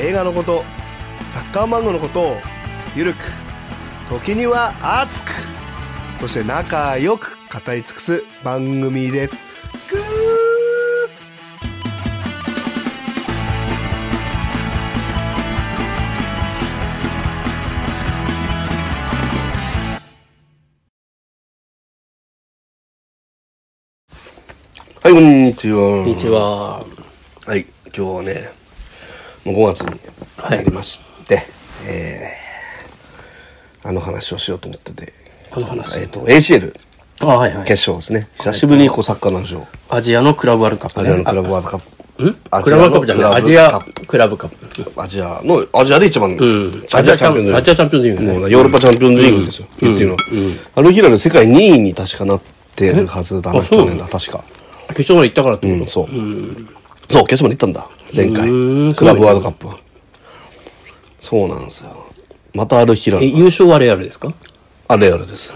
映画のことサッカー漫画のことをゆるく時には熱くそして仲良く語り尽くす番組ですグーはい、こんにちは。こんにちは。はい、今日はね、もう5月になりまして、えーあの話をしようと思ってて、この話えっ、と、ACL あ、はいはい。決勝ですね。久しぶりにこうサッカーの話を、アジアのクラブワールドカップ、アね。ジアのクラブワールドカップ。んアクジアラのブワールドカップじゃない。アクジラブカアックラブカップ。アジアの、アジアで一番、うん。アジアチャンピオンズアジアチャンピオンズリーグもね。うヨーロッパチャンピオンズリーグですよ。言っていうのは。あの日らの世界2位に確かなってるはずだな、あそう去な年のだ、確か。決勝まで行ったからってうこん、そう。そう、決勝まで行ったんだ、前回。うんクラブワールドカップは。そうなんですよ。またアルヒラと。ルえ、優勝はレアルですかあレアルです。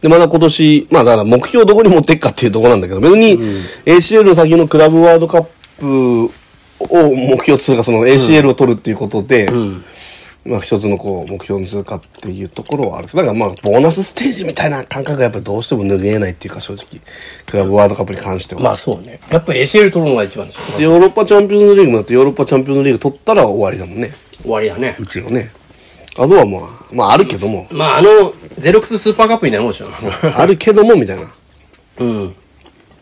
で、まだ今年、まあだから目標をどこに持っていくかっていうところなんだけど、別に ACL の先のクラブワールドカップを目標とするか、その ACL を取るっていうことで、まあ一つのこう目標にするかっていうところはあるけど、なんかまあボーナスステージみたいな感覚がやっぱりどうしても拭えないっていうか正直、クラブワールドカップに関しては。まあそうね。やっぱ ACL 取るのが一番でしょ。でヨーロッパチャンピオンズリーグもだってヨーロッパチャンピオンズリーグ取ったら終わりだもんね。終わりだね。一応ね。あとはまあ、まああるけども、まああの、ゼロックススーパーカップみたいなもんでしょ。 あるけどもみたいなうん。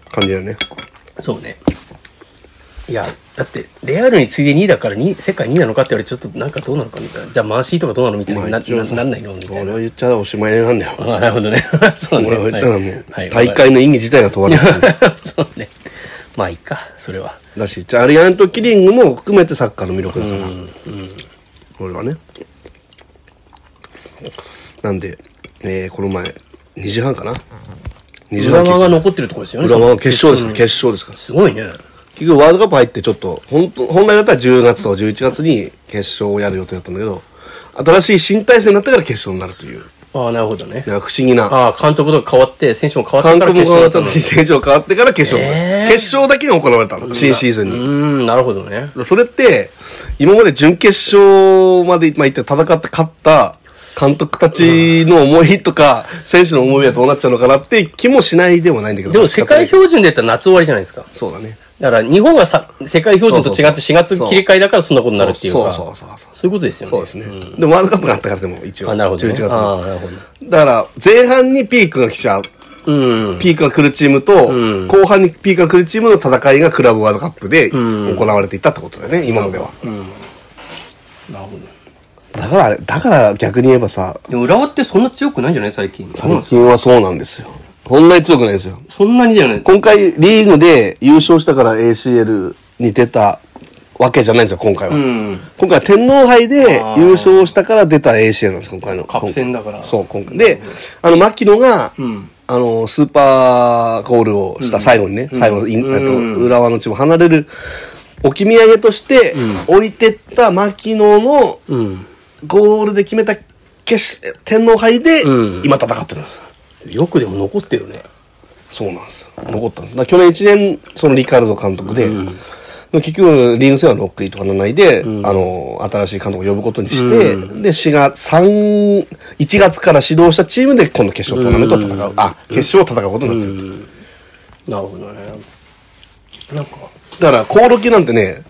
感じだよね。そうね。いや、だって、レアルに次いで2位だからに世界2位なのかって言われて、ちょっとなんかどうなのかみたいな。じゃあ、マーシーとかどうなのみたいな。まあな一応なさなんないのみたいな俺。は言っちゃおしまいなんだよ。あ なるほどね。 そうね。俺は言ったらもう、はい大会の意義自体が問われてる。 そうね。まあいいか、それは。だし、ジャイアントキリングも含めてサッカーの魅力だから。俺はね。なんで、えーこの前、2時半かな ?2 時裏半側キが残ってるところですよッね。ク。浦和は決勝ですから、決勝ですから。すごいね。結局ワールドカップ入ってちょっと、本当本来だったら10月とか11月に決勝をやる予定だったんだけど、新しい新体制になったから決勝になるという、ああ、なるほどね。なんか不思議な。ああ、監督とか変わって、選手も変わっ韓てから国も決変わ勝ったのし、選手も変わってから決勝、えー決勝だけが行われたの、新シーズンに。うーん、なるほどね。それって、今まで準決勝までまあ行って戦って勝った監督たちの思いとか、選手の思いはどうなっちゃうのかなって気もしないでもないんだけど。でも世界表標準で言ったら夏終わりじゃないですか。そうだね。だから日本がさ世界標準と違ってそうそう4月そう切り替えだからそんなことになるっていうか。そうそうそうそうそうそういうことですよね。そうですね。でもワールドカップがあったからでも一応。あ、なるほど、ね。 11月ああ、のなるほど。だから、前半にピークが来ちゃう。うん。ピークが来るチームと、後半にピークが来るチームの戦いがクラブワールドカップで行われていったってことだよね、今までは。なるほど。だからあれ、だから逆に言えばさ、でも浦和ってそんな強くないんじゃない最近。最近はそうなんですよ。そんなに強くないですよ。そんなにだよね。今回リーグで優勝したから ACL に出たわけじゃないんですよ、今回は。うん。今回は天皇杯であー優勝したから出た ACL なんです、今回の。カップ戦だからそう、今回。で、あの、牧野が、んあの、スーパーゴールをした最後にね、最後のイン、うんえっと、浦和のチームを離れる、置き土産として置いてった牧野のうん。ゴールで決めた決し天皇杯でうん、今戦ってるんです。よくでも残ってるね。そうなんです。残ったんです。だから去年1年、そのリカルド監督で、結局、リーグ戦は6位とか7位で、あの、新しい監督を呼ぶことにして、で、4月、3、1月から指導したチームで、今度決勝トーナメントを戦う。あ、決勝を戦うことになってると。なるほどね。なんか。だから、コオロキなんてね、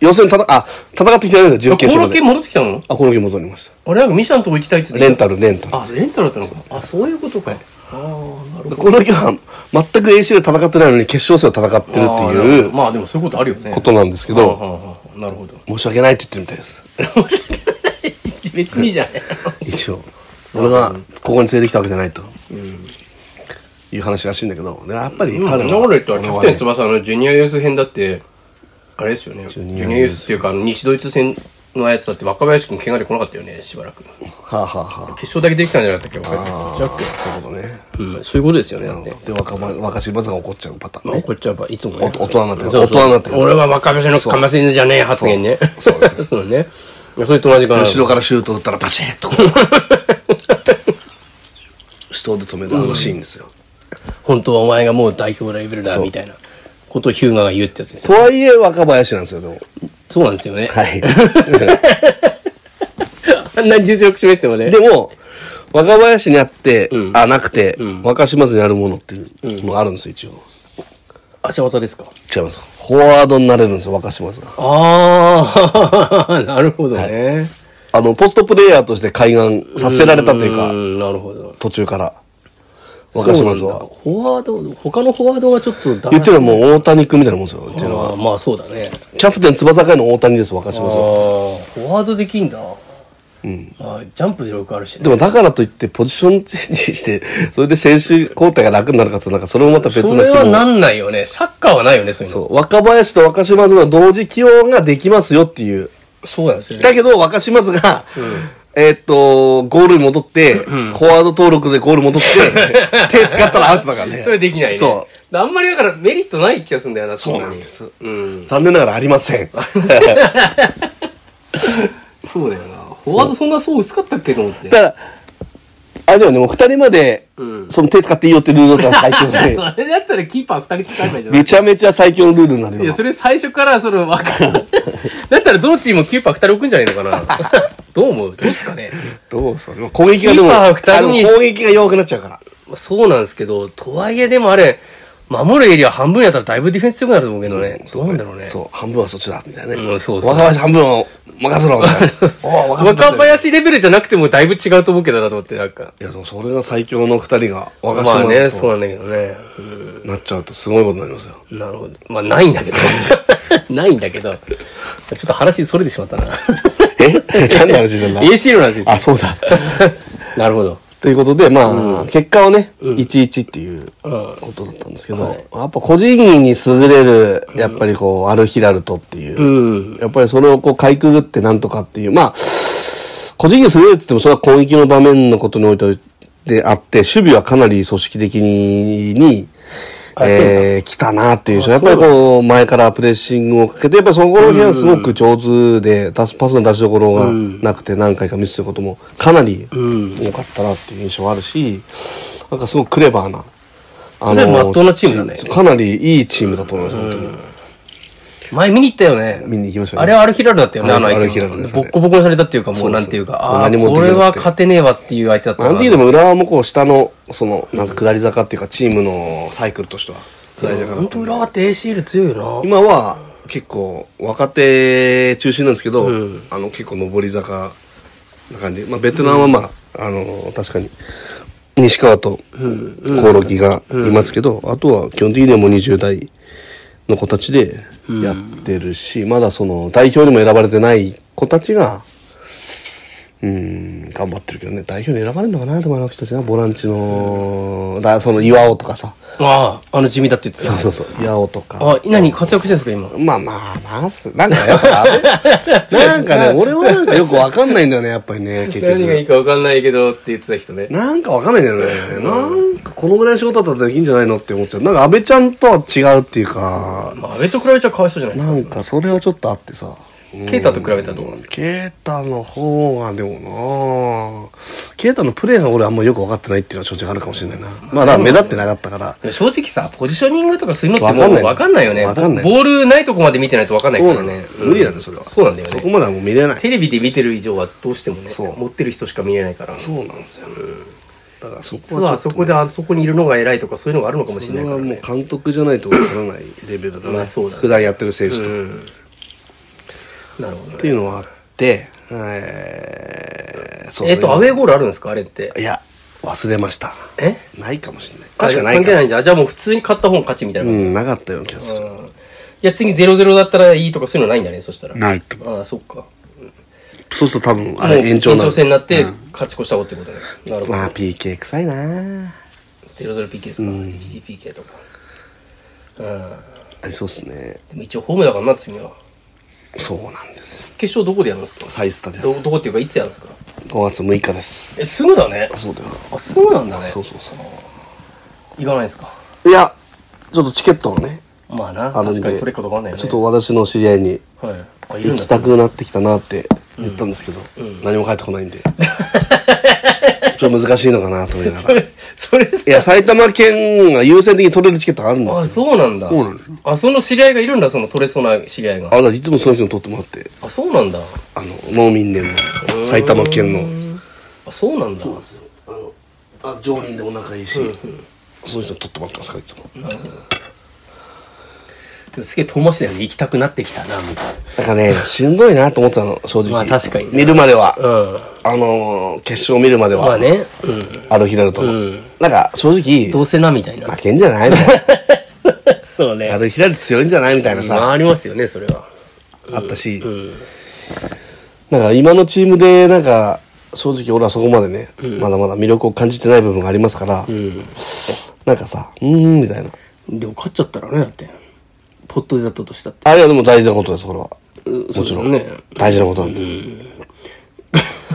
予選戦、あ、戦ってきてないんですよ、準コ決勝ロまッケで。戻ってきたのあ、コオロキ戻りましあれなんかミシャンとこ行きたいってた。言レっンてた。タル、レンタル。あ、レンタルだったのか。あ、そういうことか。ああ、なるほど。コオロキは、全く AC で戦ってないのに、決勝戦を戦ってるあっーなてるいほどうまあでもそういうことあるよね。ことなんですけはあど、はあはあな るほど。申し訳ないって言ってるみたいです。別にいいじゃない。一応俺がここに連れてきたわけじゃないと、いう話らしいんだけどでやっぱり今、彼そんなはこと言ったら、キ俺ャはプテンね翼のジュニアユース編だって、あれですよね。ジュニアアユースっていうか、あの、西ドイツ戦のやつだって若林くん怪我で来なかったよね、しばらく。決はあ、はあは勝だけできたんじゃなかったっけ、若林あ、君ああそういうことねうん、そういうことですよね、だって。で若者若島さんが怒っちゃうパターンまあねこっちはやっぱいつもおね。大人になってるそ大うそう人になってる俺は若林のかませ犬じゃねえ発言ね。そうそうです そうね。それと同じかな。後ろからシュート打ったらパシッと こう人で止めるあのシーンですよ、本当はお前がもう代表レベルだ、みたいなことをヒューガが言うってやつですとよ。はいえ若林なんですよでもそうなんですよね。はい あんなに実力示してもねで。も若林にあって、あなくて、ん若島津にあるものっていうのがあるんですよ一応足技ですか違いますフォワードになれるんですよ若島津がああ、 なるほどね。あのポストプレイヤーとして海岸させられたというかーんなるほど。途中から若島津そうなんはだフォワード、他のフォワードがちょっとダメ言ってるのはもう大谷君みたいなもんですよ言ってるのはあーまあそうだね。キャプテン翼会の大谷です若ああ島津はー、フォワードできんだ。うん。まあ、ジャンプ力あるしね。でもだからといってポジションチェンジして、それで選手交代が楽になるかとなんかそれもまた別そのれは人も。なんないよね。サッカーはないよね、そういうその。う、若林と若島津の同時起用ができますよっていう。そうなんですよね。だけど若島津が、えーっと、ゴールに戻って、フォワード登録でゴール戻 って、手使ったらアウトだからね。それできないね。そあんまりだからメリットない気がするんだよな、そうななんにですうん。残念ながらありません。そうだよな。フォワードそんな層薄かったっけと思ってだ。から、あ、でもね、もう二人まで、うんその手使っていいよってルールが最強で、あ れだったらキーパー二人使えばいいじゃないめちゃめちゃ最強のルールになるよ。いや、それ最初から、その、わか る。だったら、どのチームもキーパー2人置くんじゃないのかなどう思うどうっすかねどうそれ攻撃がでキも、ーパー二あ人のに攻撃が弱くなっちゃうから。まあそうなんですけど、とはいえ、でもあれ、守るエリア半分やったらだいぶディフェンス強くなると思うけどね。どうなんだろうね。そう、半分はそっちだ、みたいなね。うんそうそう若林半分を任せろ、みた いな。おう任せろ。若林レベルじゃなくてもだいぶ違うと思うけどなと思って、なんか。いや、でもそれが最強の二人がま若あね、林そうとなんだけどね。なっちゃうとすごいことになりますよ。うんなるほど。まあ、ないんだけ ど。ないんだけど。ちょっと話それてしまったな。え何の話してんだ ACL の話ですよあ、そうだ。 なるほど。ということで、まあ、結果をね、1-1っていううん。ことだったんですけど、やっぱ個人技に優れる、やっぱりこう、アルヒラルトっていうう、ん。やっぱりそれをこうかいくぐってなんとかっていう、まあ、個人技に優れるって言ってもそれは攻撃の場面のことにおいてであって、守備はかなり組織的に、にあやってんだえー、来たなっていうやっぱりこう、前からプレッシングをかけて、やっぱそこの辺はすごく上手で、出すパスの出しどころがなくて何回かミスすることもかなり多かったなっていう印象があるし、なんかすごくクレバーな、あそれは真っ当なチームだねチかなりいいチームだと思います、本当に。前見に行ったよね。見に行きましたねあれはアルヒラルだったよね、ああれの相手アルヒラルですねボッコボコにされたっていうか、もうなんていうか、ああ何もー、できこなくれては勝てねえわっていう相手だったなんなていうでも浦和もこう下の、その、なんか下り坂っていうか、チームのサイクルとしては、下り坂だ本った当。浦和って ACL 強いよな。今は結構若手中心なんですけど、うんあの結構上り坂な感じ。まあベトナムはまあ、あの、確かに、西川とコオロギがいますけど、あとは基本的にはもう20代の子たちでやってるし、まだその代表にも選ばれてない子たちが、うん、頑張ってるけどね、代表に選ばれるのかなと思うあの人たちな、ボランチの、だその岩尾とかさ、ああ、あの地味だって言ってそうた。そうそう、岩尾とか。あ、何活躍してるんですか、まあまあ、まあす、なんかやっぱダ メ、なんかね、俺はなんかよくわかんないんだよね、やっぱりね、結今。何がいい局。か分かんないけどって言ってた人ね。なんかわかんないんだよね。なんかこのぐらいの仕事だったらできんじゃないのって思っちゃう。なんか安倍ちゃんとは違うっていうか、まあ、安倍と比べちゃかわいそうじゃないですなんかそれはちょっとあってさ。か。ケイタと比べたらどうなんですかケータの方がでもなケータのプレーが俺あんまよくわかってないっていうのは正直あるかもしれないな。まあだから目立ってなかったから。でも正直さ、ポジショニングとかそういうのってもう分かんない分かんないよね。分かんないボールないとこまで見てないと分かんないそかうならんだねよ。。無理なんうだよ、それは。そうなんだよそねこ。まではもう見れない。テレビで見てる以上はどうしてもね、そう持ってる人しか見れないから。そうなんですよ。だからそ実こははあちょそっとこであそこにいるのが偉いとかそういうのがあるのかもしそれなれいから、はもうね、監督じゃないとわからないレベルだまねあそうだね普段やってる選手と、うっんなるほど、てね、いうのはあってえー、そうえっとアウェェーゴールあるんですかあれっていや忘れましたえないかもしれない確かない関か係らないんじゃんじゃあもう普通に勝った方が勝ちみたいなう感じ、んなかったような気がする、うんいや次0-0だったらいいとかそういうのないんだねそしたらないと思ああそっかうそうすると多分あもうれ延長なの戦になって勝ち越した方ってことね、なるほど、まあ PK 臭いな 0-0PK ですか、1GPK とかうんありそうっすね。でも一応ホームだからな、次は。そうなんですよ。決勝どこでやるんですかサイスタです。どどこっていうか、いつやるんですか5月6日です。え、すぐだね。そうだよ。あ、すぐなんだね。そうそうそ行かないですかう。いや、ちょっとチケットをね、まあな、あるん確でかに取れっことわかんないよね。ちょっと、私の知り合いにはい。あ、いる行んだきたくなってきたなって言ったんですけど、何も返ってこないん で。ちょっと難しいのかなと思いなが そら。いれ、それさや、埼玉県が優先的に取れるチケットがあるんですよあ、。そうなんだ。そうなんですよあ、その知り合いがいるんだ、その取れそうな知り合いが。あ、だからいつもその人に取ってもらって、あ、そうなんだ。あの、農民年の埼玉県うの。ーん。あ、そうなんだ。あの、あ常人でも仲いいし、その人に取ってもらってますから、いつも。でもすげえ遠回しだよね。行きたくなってきたな、みたいなんかね、しんどいなと思ってたの、正直。まあ確かに見るまでは、な。あうん。のー、決勝見るまでは、まあね、うん。アルヒラルと、うんなんか正直、どうせな、みたい な。負けんじゃないみたいそうな。アね。ルヒラル強いんじゃないみたいなまあさ、ありますよね、それは。あったし、うん。なんか今のチームで、なんか、正直俺はそこまでね、まだまだ魅力を感じてない部分がありますから、うん。なんかさ、うーん、みたいな。でも勝っちゃったらね、だって。ポットでだったとしたって。あれはでも大事なことです、これは。ももちろん。ね。大事なことなんで。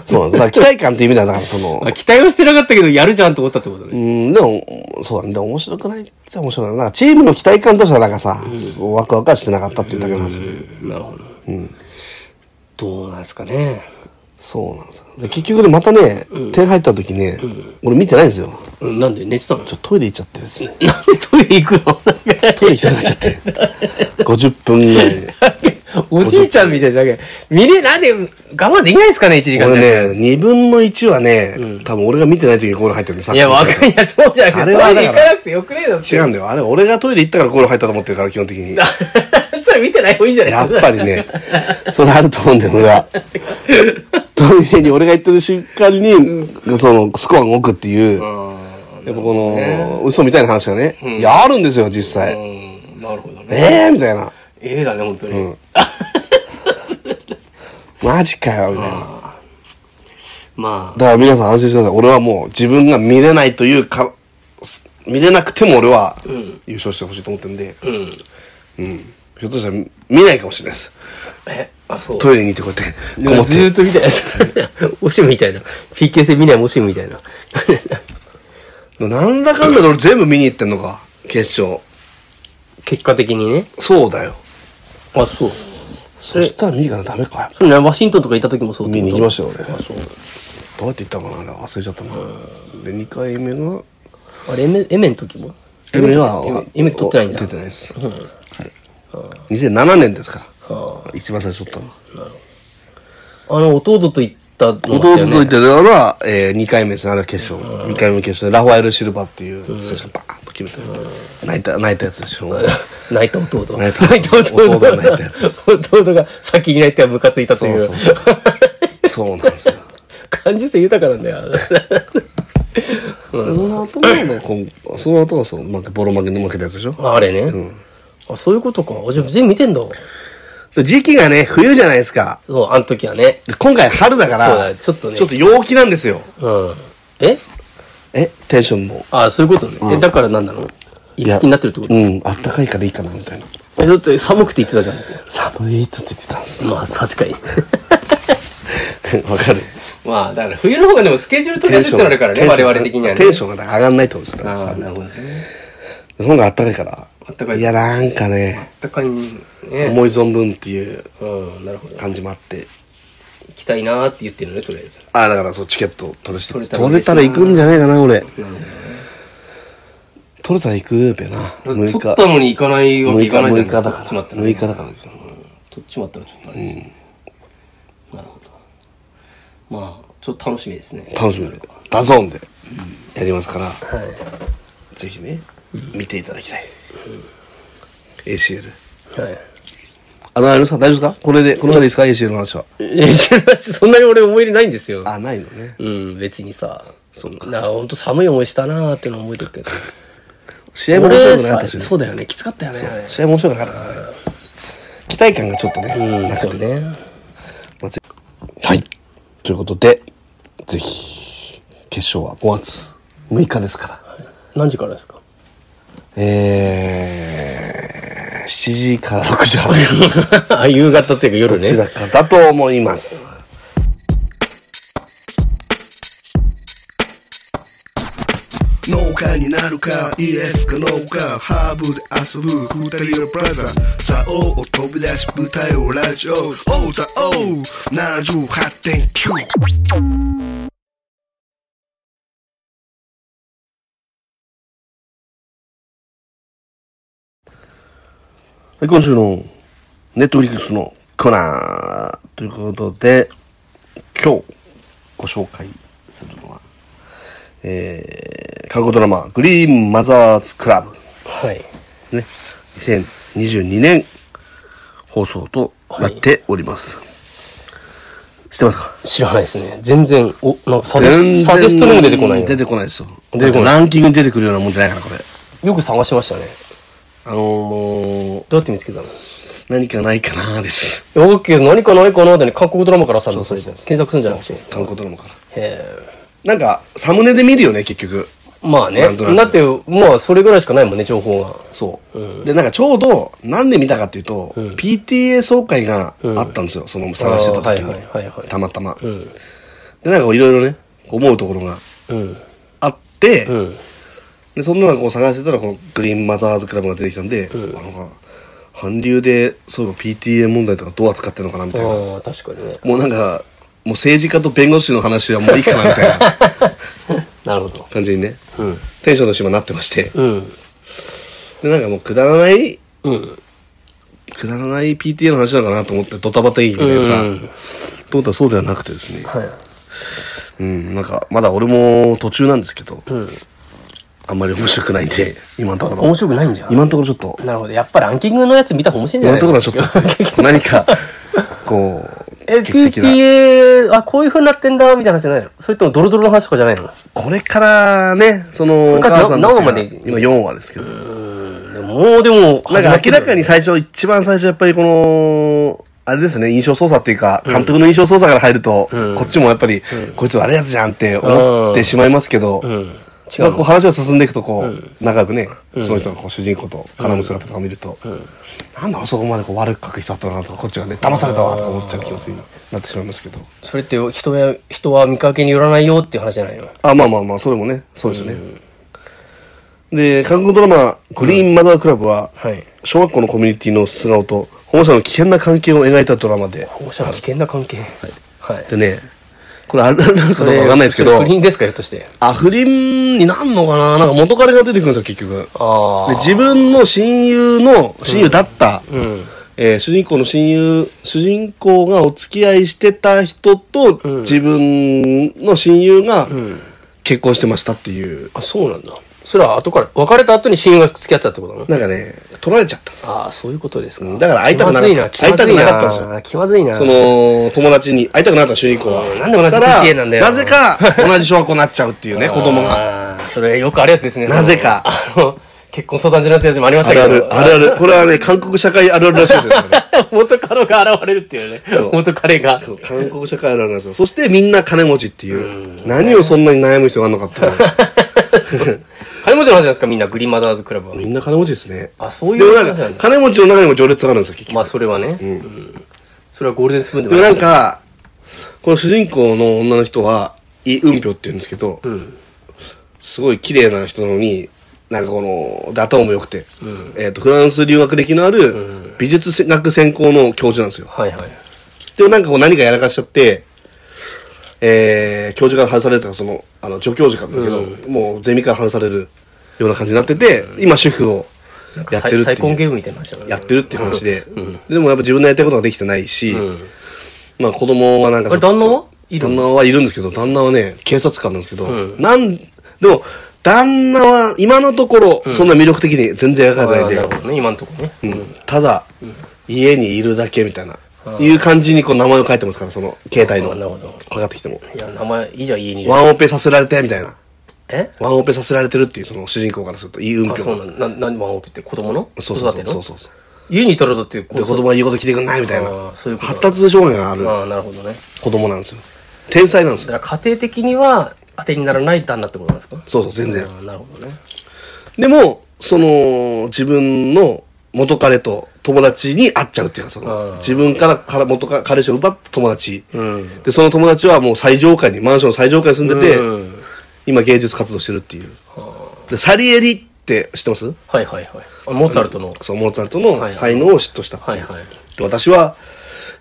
そうなんです。だから期待感っていう意味で は、だからその、あ期待はしてなかったけど、やるじゃんと思ったってことうね。ん、でも、そうだね。でも面白くないっちゃ面白くない。なんかチームの期待感としてはなんかさ、そうワクワクはしてなかったっていうだけなんですよ、なるほど。どうなんですかね。そうなんですよ。で結局ね、またね、点入った時ね、俺見てないんですよ。うん、なんで寝てたのちょっとトイレ行っちゃってですね。なんでトイレ行くの トイレ行きたくなっちゃって。50分 ぐらいで。おじいちゃんみたいだけど、見れ、なんで我慢できないですかね、1時間じゃ俺ね、2分の1はね、多分俺が見てない時にゴール入ってるんで、サッいカーや、わかんない。いや、そうじゃなくて、あれはだトからイレ行かなくてよくねえだって。 違うんだよ。あれ、俺がトイレ行ったからゴール入ったと思ってるから、基本的 に。それ見てない方がいいんじゃないやっぱりね、それあると思うんだよ、俺は。トイレに俺が行ってる瞬間に、その、スコアが動くっていう、やっぱこの、嘘みたいな話がね、いや、あるんですよ、実う際。ん、なるほどね。えーみたいな。ええだね、本当に。マジかよ、みたいな。まあ、だから皆さん安心してください。俺はもう自分が見れないというか、す見れなくても俺は優勝してほしいと思ってるんで、うん。ひょっとしたら見ないかもしれないです。え、あ、そう。トイレに行ってこうやって、こもっずーて。っと見たい な。オシムみたいな。PK 戦見ないオシムみたいな。 でもなんだかんだで俺全部見に行ってんのか、決勝。結果的にね。そうだよ。あ、そう。そしたら見に行かなダメかよ。それね、ワシントンとか行った時もそうって見ことに行きましたよ、俺。あ、そう。どうやって行ったのかなあれ忘れちゃったな。で、2回目が、あれ、エメエメの時もエメは、エメ取ってないんだ。出てないです。はい。2007年ですかあら。一番最初取ったの。あの、弟と行ったのもあった弟よとね行ってたのは、えー、2回目ですね、あれは決勝。2回目の決勝で、ラファエル・シルバっていう選手がバーンと決めた。泣いた、泣いたやつでしょ。 泣いた弟。泣いた弟弟。弟が泣いたや 弟が先に泣いてはムカついたという。そうそ そうなんですよ。感受性豊かなんだ よ。その後の、こうその後はそう、負けボロ負けで負けたやつでしょ。あれね、あ、そういうことか。あじゃあ全部見てんだ。で時期がね、冬じゃないですか。そう、あの時はね。で今回春だかそうら、だちょっとねちょっと陽気なんですよ。うん。ええテンションも。あ、そういうことね。え、だからなんなのいや気になってるってことうん、あったかいからいいかな、みたいな。え、だって寒くて言ってたじゃんって。寒いとって言ってたんですね。まあ、確 かに。 わかる。まあ、だから冬の方がでもスケジュール取りテやンすいシっョンてがなるからね、我々的にはね。テンションが上がんないってことですからああ、寒いなるほどね。その方があったかいから。あったかいいや、なんかね、あったかいね。思い存分っていううん、なるほど。感じもあって。行きたいなーって言ってるのね、とりあえず。ああ、だからそう、チケット取れし取れたら取れたら行くんじゃないかな、俺。なるほどね取れたら行くべな。取6っ日。たのに行かないわ6け日、いかないじゃ6ん。日だか取っちまら。った6らね。日だからですよ。取っちまったらちょっとあれですね。なるほど。まあ、ちょっと楽しみですね。楽しみで。ダゾーンでやりますから、はい。ぜひね、見ていただきたい。ACL。はい。あの、あれさ、大丈夫ですかこれで、このまでいいですか ?ACL の話は。え、知らないしそんなに俺思い入れないんですよ。あ、ないのね。うん、別にさ。そんな、ほんと寒い思いしたなーっていうのは覚えてるけど。試合も面白くなかったし俺ね。さそうだよね。きつかったよね。あれ試合も面白くなかったからね。期待感がちょっとね、うん、なくそうて。ね。まあぜはい。ということで、ぜひ、決勝は5月6日ですから。何時からですかえ7時から6時半。あ 夕方というかど夜ちね。らかだと思います。農家になるか、イエスかノーか、ハーブで遊ぶ二人のブラザー。ザオを飛び出し舞台をラジオ。オーザオー !78.9! はい、今週のネットフリックスのコーナーということで、今日ご紹介するのは、えー、韓国ドラマ、グリーンマザーズクラブ、はい。ね、2022年放送となっております。知ってますか知らないですね。全然、お、なんかサジェスサジェストにも出てこないよ出。てこないですよ。出てこないランキングに出てくるようなもんじゃないかな、これ。よく探しましたね。あのー、どうやって見つけたの何かないかなです。よくけど何かないかなってね、韓国ドラマからさ、それで検索するんじゃなくて。へ韓国ドラマから。え。なんか、サムネで見るよね、結局。まあね。なんとだなって、まあ、それぐらいしかないもんね、情報が。そう、で、なんかちょうど、なんで見たかっていうと、PTA 総会があったんですよ。その探してた時に、あーはいはいはいはいたまたま。んで、なんかこういろいろね、こう思うところがうん。あって、うん。で、そんなのこう探してたら、このグリーンマザーズクラブが出てきたんで、あなんか、韓流で、そういえば PTA 問題とかどう扱ってるのかな、みたいな。ああ、確かにね。もうなんか、もう政治家と弁護士の話はもういいかな、みたいななるほど。感じにね、うん。テンションの島になってまして。うん。で、なんかもうくだらないうん。くだらない PTA の話なのかなと思ってドタバタいいみたいなさ、うんどうだそうではなくてですね、はうん、なんかまだ俺も途中なんですけど、い。うん。あんまり面白くないんで、今のところ、面白くないんじゃん。今のところちょっと、なるほど。やっぱランキングのやつ見た方が面白いんじ今ゃなのいところはちょっと、何か、こう、え、劇的な PTA、あ、こういう風になってんだ、みたいな話じゃないのそれともドロドロの話とかじゃないのこれからね、その、こおれから母さんた何話までちが今4話ですけど、うん。でももうでも、なんか明らかに。に最初、一番最初やっぱりこの、あれですね、印象操作っていうか、監督の印象操作から入ると、うんこっちもやっぱり、こいつ悪いやつじゃんって思ってしまいますけど、うん。違まあうこうの。話が進んでいくとこう、長くね、その人がこう主人公と絡む姿とか見ると、なんであそこまでこう悪く書く人だったのかなとかこっちがね騙されたわとか思っちゃう気持ちになってしまいますけどそれって人や、人は見かけによらないよっていう話じゃないのあまあまあまあそれもねそうですよね、で韓国ドラマ「グリーンマザークラブ」ははい。小学校のコミュニティの素顔と保護者の危険な関係を描いたドラマで保護者の危険な関係。はい。でねこれあるあるなのかそどうかわかんないですけど不倫ですか、ひょっとして。アフリンになんのかななんか元彼が出てくるんですよ結局ああ。で自分の親友の親友だった、うん。えー主人公の親友主人公がお付き合いしてた人と、うん自分の親友がうん。結婚してましたっていう、あ、そうなんだ。それは後から、別れた後に親友が付き合ってたってことなのなんかね取られちゃったああ、そういうことですか。だから会いたくなかった気まず会いたくなかったんですよ気まずいな。その友達に会いたくなった主人公はうんなんで同じそしたら PTA なんだよなぜか同じ小学校になっちゃうっていう ね子供がが。それよくあるやつですね。なぜかあの、結婚相談所のやつもありましあたけるど。あるあるあるこれはね韓国社会あるあるらしいですよ、ね、 元カノが現れるっていうねそう。元彼が。そう 韓国社会あるあるなんですよそしてみんな金持ちっていう何をそんなに悩む必要があるのかっていう金持ちの話なんですかみんな、グリーンマザーズクラブは。みんな金持ちですね。あ、そういでもうな話なんんか、だ。金持ちの中にも序列があるんですよ、結局。まあ、それはね。うんそれはゴールデンスプーンででもあなりんましたか、この主人公の女の人は、イ・ウンピョって言うんですけど、んすごい綺麗な人なのに、なんかこの、で、頭も良くて、えっ、と、フランス留学歴のある美術学専攻の教授なんですよ。はいはい。でもなんかこう何かやらかしちゃって、えー、教授から外されたその、あの、助教授からだけど、もうゼミから外されるような感じになってて、今主婦をやってるって再い再婚う。ゲームみたいな話だねやってるっていう話で、でもやっぱ自分のやりたいことができてないし、まあ子供はなんかあれ、旦那はいる旦那のはいるんですけど旦那はね警察官なんですけど、うなんでも旦那は今のところそんな魅力的に全然描かれてあなーいでなる、ほどね、今のところね。うんただ、家にいるだけみたいな、いう感じにこう名前を書いてますからその携帯のあーなるほどかかってきてもいや、名前、いいじゃん、家に。ワンオペさせられてみたいなえワンオペさせられてるっていうその主人公からするといい運あ、評そうなんだ。な、何、ワンオペって子供の子そうそう育そてうのそうそうそう家にいたらだって、こで子供は言うこと聞いてくんないみたいあなーそういうこと発達障害があるああ、なるほどね。子供なんですよ天才なんですよだから家庭的には当てにならない旦那ってことなんですかそうそう全然あーなるほどね。でもその自分の元彼と友達に会っちゃうっていうか、そのあ、ー自分からから元か彼氏を奪った友達。うん。で、その友達はもう最上階に、マンションの最上階に住んでて、うん今芸術活動してるっていう。で、サリエリって知ってますはいはいはい。あモーツァルトの。そう、モーツァルトいはのい才能を嫉妬したっていうはいはい。で私は、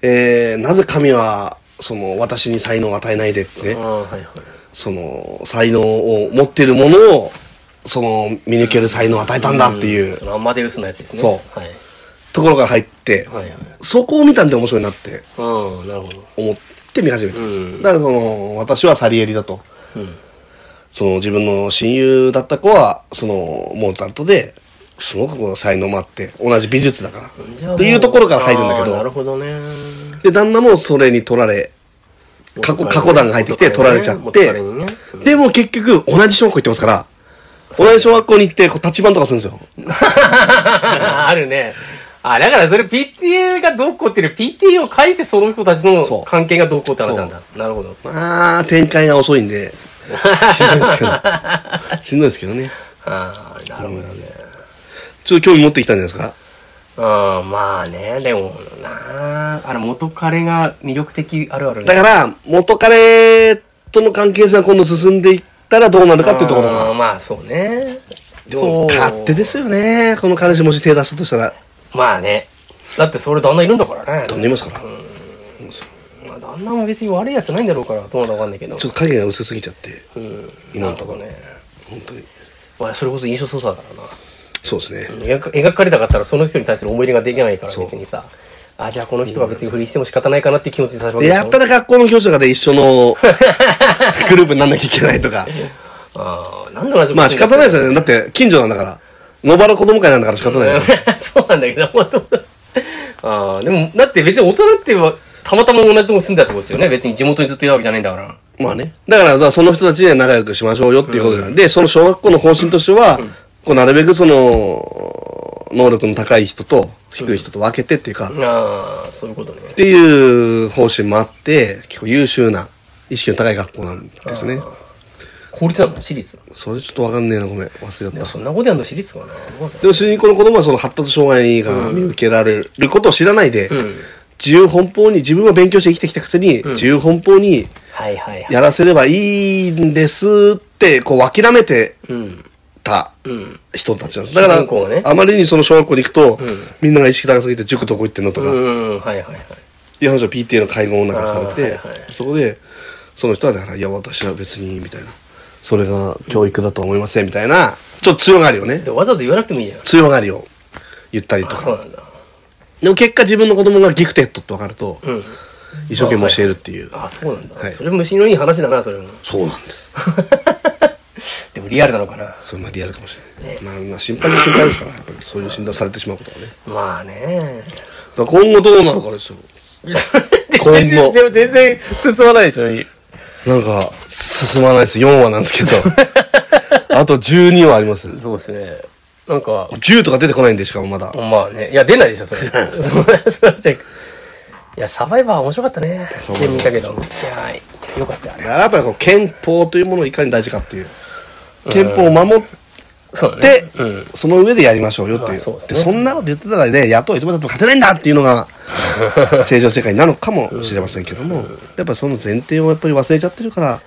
えー、なぜ神は、その、私に才能を与えないでってねあ、あ、はいはい。その、才能を持っているものを、その、見抜ける才能を与えたんだっていうそのアマデウスのやつですね。そうはい。ところから入って、はいはい。そこを見たんで面白いなってうん、なるほど。思って見始めたんです。うんだからその、私はサリエリだと。うん。その自分の親友だった子は、その、モーツァルトで、すごくこう才能もあって、同じ美術だかじゃら。あもっていうところから入るんだけあーなるど、ほどね。で、旦那もそれに取られ、過去過去段が入ってきて取られちゃって元彼にね元でも結局同じ小学校行ってますから、同じ小学校に行って、こう、立ち番とかするんですよ。彼にねあるね。あ、だからそれ PTA がどうこうっていうより PTA を介してその人たちそのう関係がどうこうって話なんだ。なるほど。まあ、展開が遅いんで、しんどいですけど。 しんどいですけどね。ああ、なるほどね。ちょっと興味持ってきたんじゃないですか。うん、まあね、でもなあ、あの元彼が魅力的あるあるねだから、元彼との関係性が今度進んでいったらどうなるかっていうところあーが。まあそうねでも、勝手ですよね。この彼氏もし手出したとしたら、そうまあねだってそれ旦那いるんだからねとんでますから。まあ、旦那も別に悪いやつないんだろうからどうなのかわかんないけどちょっと影が薄すぎちゃって、うん今のところなるほどね、本当に。まあ、それこそ印象操作だからなそうですね。描か描かれたかったらその人に対する思い入れができないからそう別にさあじゃあこの人が別に不倫しても仕方ないかなっていう気持ちにさせるわで、けやったら学校の教師とかで一緒 のグループになんなきゃいけないとか。ああなんで同じまあ仕方ないですよよね。だって、近所なんだから。野原子供会なんだから仕方ないですよ。 そうなんだけど本当ああでもだって別に大人ってはたまたま同じとこ住んでたってことですよね別に地元にずっといたわけじゃないんだからまあね。だから、だからその人たちで仲良くしましょうよっていうことなんで、でその小学校の方針としては、こうなるべくその、能力の高い人と低い人と分けてっていうか、っああそういうことねていう方針もあって、結構優秀な、意識の高い学校なんですね。公立なの私立それちょっとわかんねえな、ごめん。忘れちゃった。そんなことやんの私立かなでも主人公の子供はその発達障害が見受けられることを知らないで、うん自由奔放に、自分は勉強して生きてきたくせに、自由奔放にはいはいはいやらせればいいんですって、こう諦めてうんたうん人たちなんです。だから、主人公がねあまりにその小学校に行くと、んみんなが意識高すぎて塾どこ行ってんのとうか、いんはいはいはいう話を PTA の会合の中でされて、あーはいはいそこで、その人はだから、いや、私は別に、みたいな。それが教育だとは思いません、みたいな、ちょっと強がりをねで、わざわざ言わなくてもいいじゃん強がりを言ったりとあそうか。なんだでも結果自分の子供がギフテッドって分かると、うん一生懸命教えるっていう。あそうなんだ、はいそれ虫のいい話だなそれ もそうなんです。でもリアルなのかなそんなリアルかもしれない。まあ、まあ心配も心配ですから、やっぱりそういう診断されてしまうことはね。まあ ねだから今後どうなるかですよ。全然全然全然進まないでしょなんか、進まないです。4話なんですけ ど。あと12話あります。そうですねなんか10とか出てこないんで、しかもまだ。まあねいや出ないでし ょそれそうそうじゃいやサバイバー面白かったねサバイバーで見たけどいやいやよかったよあれだからやっぱりこう憲法というものをいかに大事かっていう。憲法を守そうだでねうんその上でやりましょうよっていう。あそうですでねそんなこと言ってたらね、野党はいつまでたっても勝てないんだっていうの が、正常世界なのかもしれませんけども、やっぱりその前提をやっぱり忘れちゃってるから、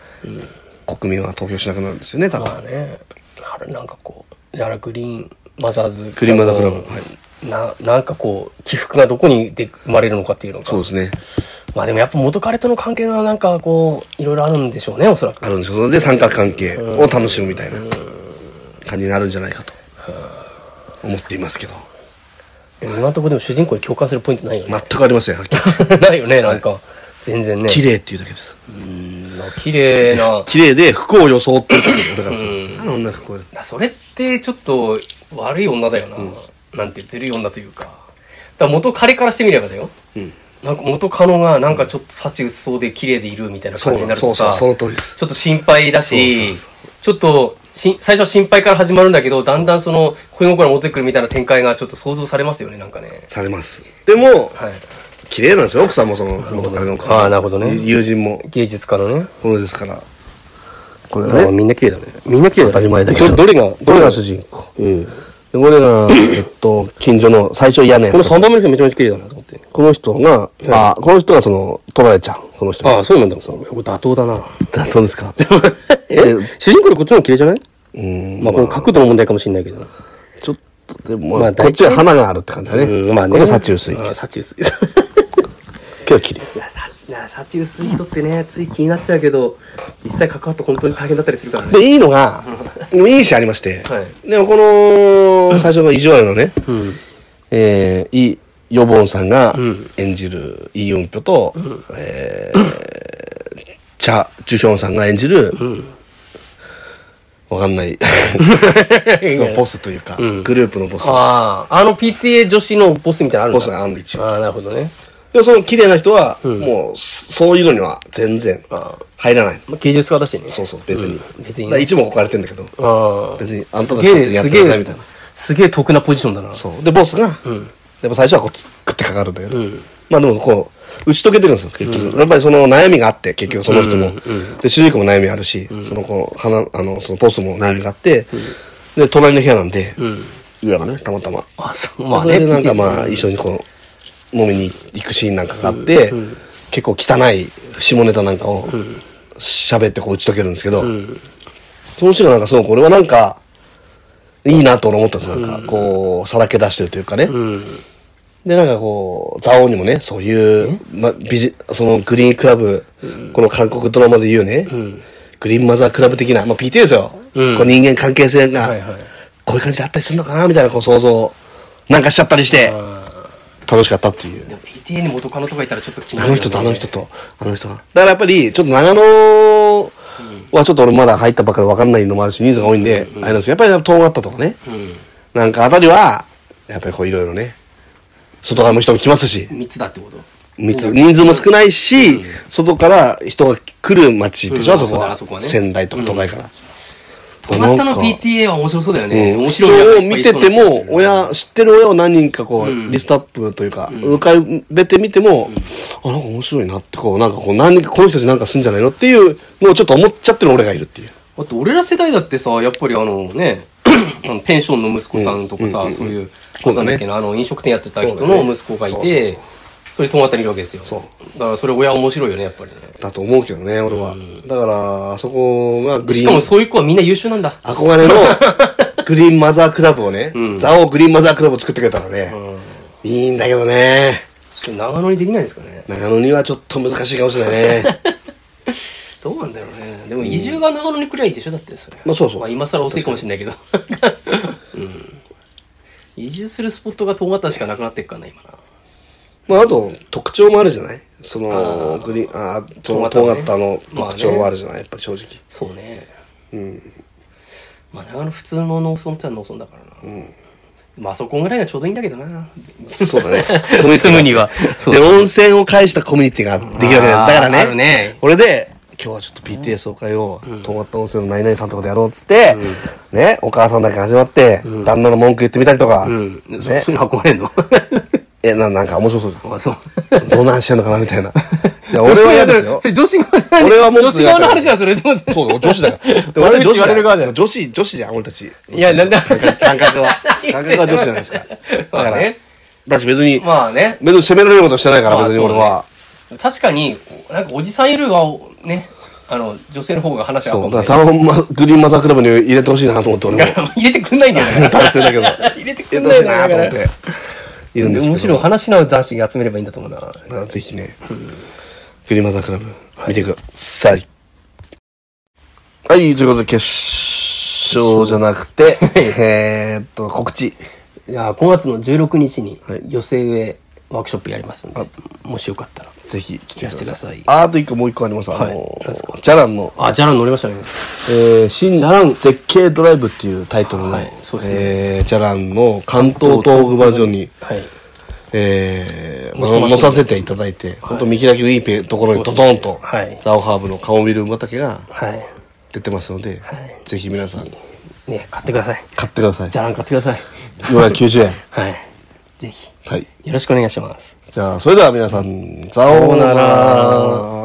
国民は投票しなくなるんですよね、多分。まあね、あれなんかこう、やらグリーンマザーズグリーンマザーズクラブはななんかこう、起伏がどこにで生まれるのかっていうのが。そうですね。まあでもやっぱ元彼との関係がなんかこう、いろいろあるんでしょうね、おそらく。あるんでしょう。それで三角関係を楽しむみたいな感じになるんじゃないかと思っていますけど。今のところでも主人公に共感するポイントないよね。全くありません。 はっきり言って ないよね、なんか。全然ね。綺麗っていうだけです。うんまあ綺麗な。綺麗で不幸を装ってるっていう。だからさ、あの女不幸よだそれってちょっと悪い女だよな、なんてずるい女というかだから元彼からしてみればだよ、うんなんか元カノがなんかちょっと幸薄そうで綺麗でいるみたいな感じになるとそうさそうそうその通りですちょっと心配だしそうそうそちょっとし最初は心配から始まるんだけどだんだんその恋心が戻ってくるみたいな展開がちょっと想像されますよねなんかねされます。でも、はい綺麗なんですよ。奥さんもその元彼の奥さんも。あーなるほどね友人も。芸術家のねこれですから。これあはあね、みんな綺麗だねみんな綺麗だ当たねり前だけどどどれがこれが主人公。うんこれが、えっと、近所の最初嫌なやこのつ。 3番目の人めちゃめちゃ綺麗だなと思って。この人が、あ、この人がその、取られちゃう。この人あが。あ、そうなんだ。これ妥当だ な。どうですかえ 主人公のこっちの方が綺麗じゃないうん。まあ、この角度の問題かもしれないけどな。ちょっと、でも、まあこっちは花があるって感じだね。うん、まあね。これ幸薄い。あ今あ幸薄い。日綺麗。いや幸な幸薄い人ってねつい気になっちゃうけど実際関わって本当に大変だったりするからねで、いいのが、いいしありまして、はいでもこの、最初の意地悪のね、うんえー、イ・ヨボンさんがん演じるイ・ヨンピョと、えーチャ・ジュヒョンさんが演じる、わかん ない、そのボスというか、うんグループのボス。あああの PTA 女子のボスみたいなのあるんだボスがあるの一応ああなるほどね、でもその綺麗な人は、もう、そそういうのには全然あ入らない。まあ、芸術家だしねそうそう、別に。うん別にだから一目置かれてんだけど、ああ別にあんたたすちげちょえっとやっすてげくださいみえたいな。すげえ得なポジションだなそう。で、ボスが、んでも最初はこう、つっってかかるんだけど、んまあでもこう、打ち解けてるんですよ、結局。やっぱりその悩みがあって、結局その人も。うんうんで、主人公も悩みあるし、その子、花、あの、そのボスも悩みがあって、で、隣の部屋なんで、うん上がね、たまたま。あそうまあそねれでなんかまあ、 PTA 一緒にこう、飲みに行くシーンなんかがあって、うんうん結構汚い下ネタなんかを喋ってこう打ち解けるんですけど、うんそのシーンがなんかすごく俺はなんか、いいなと俺思ったんですよ。なんか、こう、さらけ出してるというかね。うんで、なんかこう、蔵王にもね、そういう、ま、美人、そのグリーンクラブ、この韓国ドラマで言うね、んグリーンマザークラブ的な、まあ、PTA ですよ。うんこう人間関係性が、はいはいこういう感じであったりするのかな、みたいなこう想像、なんかしちゃったりして、あ楽しかったっていうーで。も PTA に元カノとかいたらちょっと気になあるよのね人とあの人と、あの人が。だからやっぱり、ちょっと長野はちょっと俺まだ入ったばっかりわかんないのもあるし、人数が多いんで、あれなんですよ。やっぱり遠かったとかね。なんかあたりは、やっぱりこういろいろね、外側の人も来ますしう、ん密だってこと密人数も少ないし、外から人が来る街でしょ、うんそこそうだはなそこはね仙台とか都会から。泊まったのなんか PTA は面白そうだよね、うん面人白いを見てても、親、知ってる親を何人かこうんう、リストアップというか、浮かべてみても、あ、なんか面白いなって、こう、なんかこう、何人か、この人たちなんかするんじゃないのっていうのをちょっと思っちゃってる俺がいるっていう。だって俺ら世代だってさ、やっぱりあ のね、あのペンションの息子さんとかさ、そういう、そこうだねだっけな、あの飲食店やってた人そうだのね息子がいそうそうてそう、それ泊まったりいるわけですよ。そうだからそれ親面白いよね、やっぱりね。だと思うけどね、俺は。だから、あそこがグリしかーもン、そういう子はみんな優秀なんだ。憧 れのグリーンマザークラブをね、ザオグリーンマザークラブを作ってくれたらね、うん。いいんだけどね。それ長野にできないですかね。長野にはちょっと難しいかもしれない ね。どうなんだろうね。でも移住が長野にくりゃいいでしょ、だってそれ。まあそうそうまあ今更遅いかもしれない けど。うん。移住するスポットが遠方しかなくなってっからな、今な。まあ、あと、特徴もあるじゃないそあの、ーグリーン、あー、その、トトガマトねタの特徴まはあねあるじゃないやっぱり正 直。そうね。うん。まあ、長野普通の農村っちゃ農村だからな。まあ、そこぐらいがちょうどいいんだけどな。そう だね。住むにはそうで、温泉を介したコミュニティができるわけです。だあーからあねるね、これで、今日はちょっと PTA 総会を、トマト温泉の何々さんとかでやろうっつって、ね、お母さんだけ始まって、旦那の文句言ってみたりとか、うん。そねそういうの憧れん のえ、ななんか面白そうじゃん。あ、そう。どんな話してんのかなみたいな。いや、俺は嫌ですよそ。れ女子側の話俺はもっと女子側の話 はそれと思って。そう女子だ から。で悪俺口女子言わだれる側かだよら。女子、女子じゃん、俺たち。いや、なんだ。感覚感覚は。感覚は女子じゃないですか。 まだあからね。だし別に、まあね。別に責められることはしてないから、まあ別に俺は。確かに、なんかおじさんよりは、ね、あの、女性の方が話が合そうう。だかもからねサロンマ、グリーンマザークラブに入れてほしいなと思って、 俺も。入れてくんないん だよね。男性だけど。入れてく入れんてなほしいいんだなよとね思っ。て。いるんですむけしろど。話の男子に集めればいいんだと思うな。だからぜひね、グリーンマザークラブ、見てください。はい、ということで、決勝じゃなく て、えーっと、告知。いや5月の16日にはい寄せ植えワークショップやりますんで、もしよかったらぜひ来ていらしてくくだださい。さいあーあと一個もう一個あります。あはいの何ですかー、ジャランのあじゃらん乗りましたねえー、新じゃらん絶景ドライブっていうタイトルの、はいそうですねえーじゃらんの関東東北バージョンに、はいえー、乗ってのました乗させていただいて、本当見開きのいいペところにドドンと、はいザオハーブの顔見る畑がはい出てますので、はいぜひ皆さんね買ってください買ってくださいじゃらん買ってください490円はいぜひはいよろしくお願いしますじゃあそれでは皆さんザオさようなならら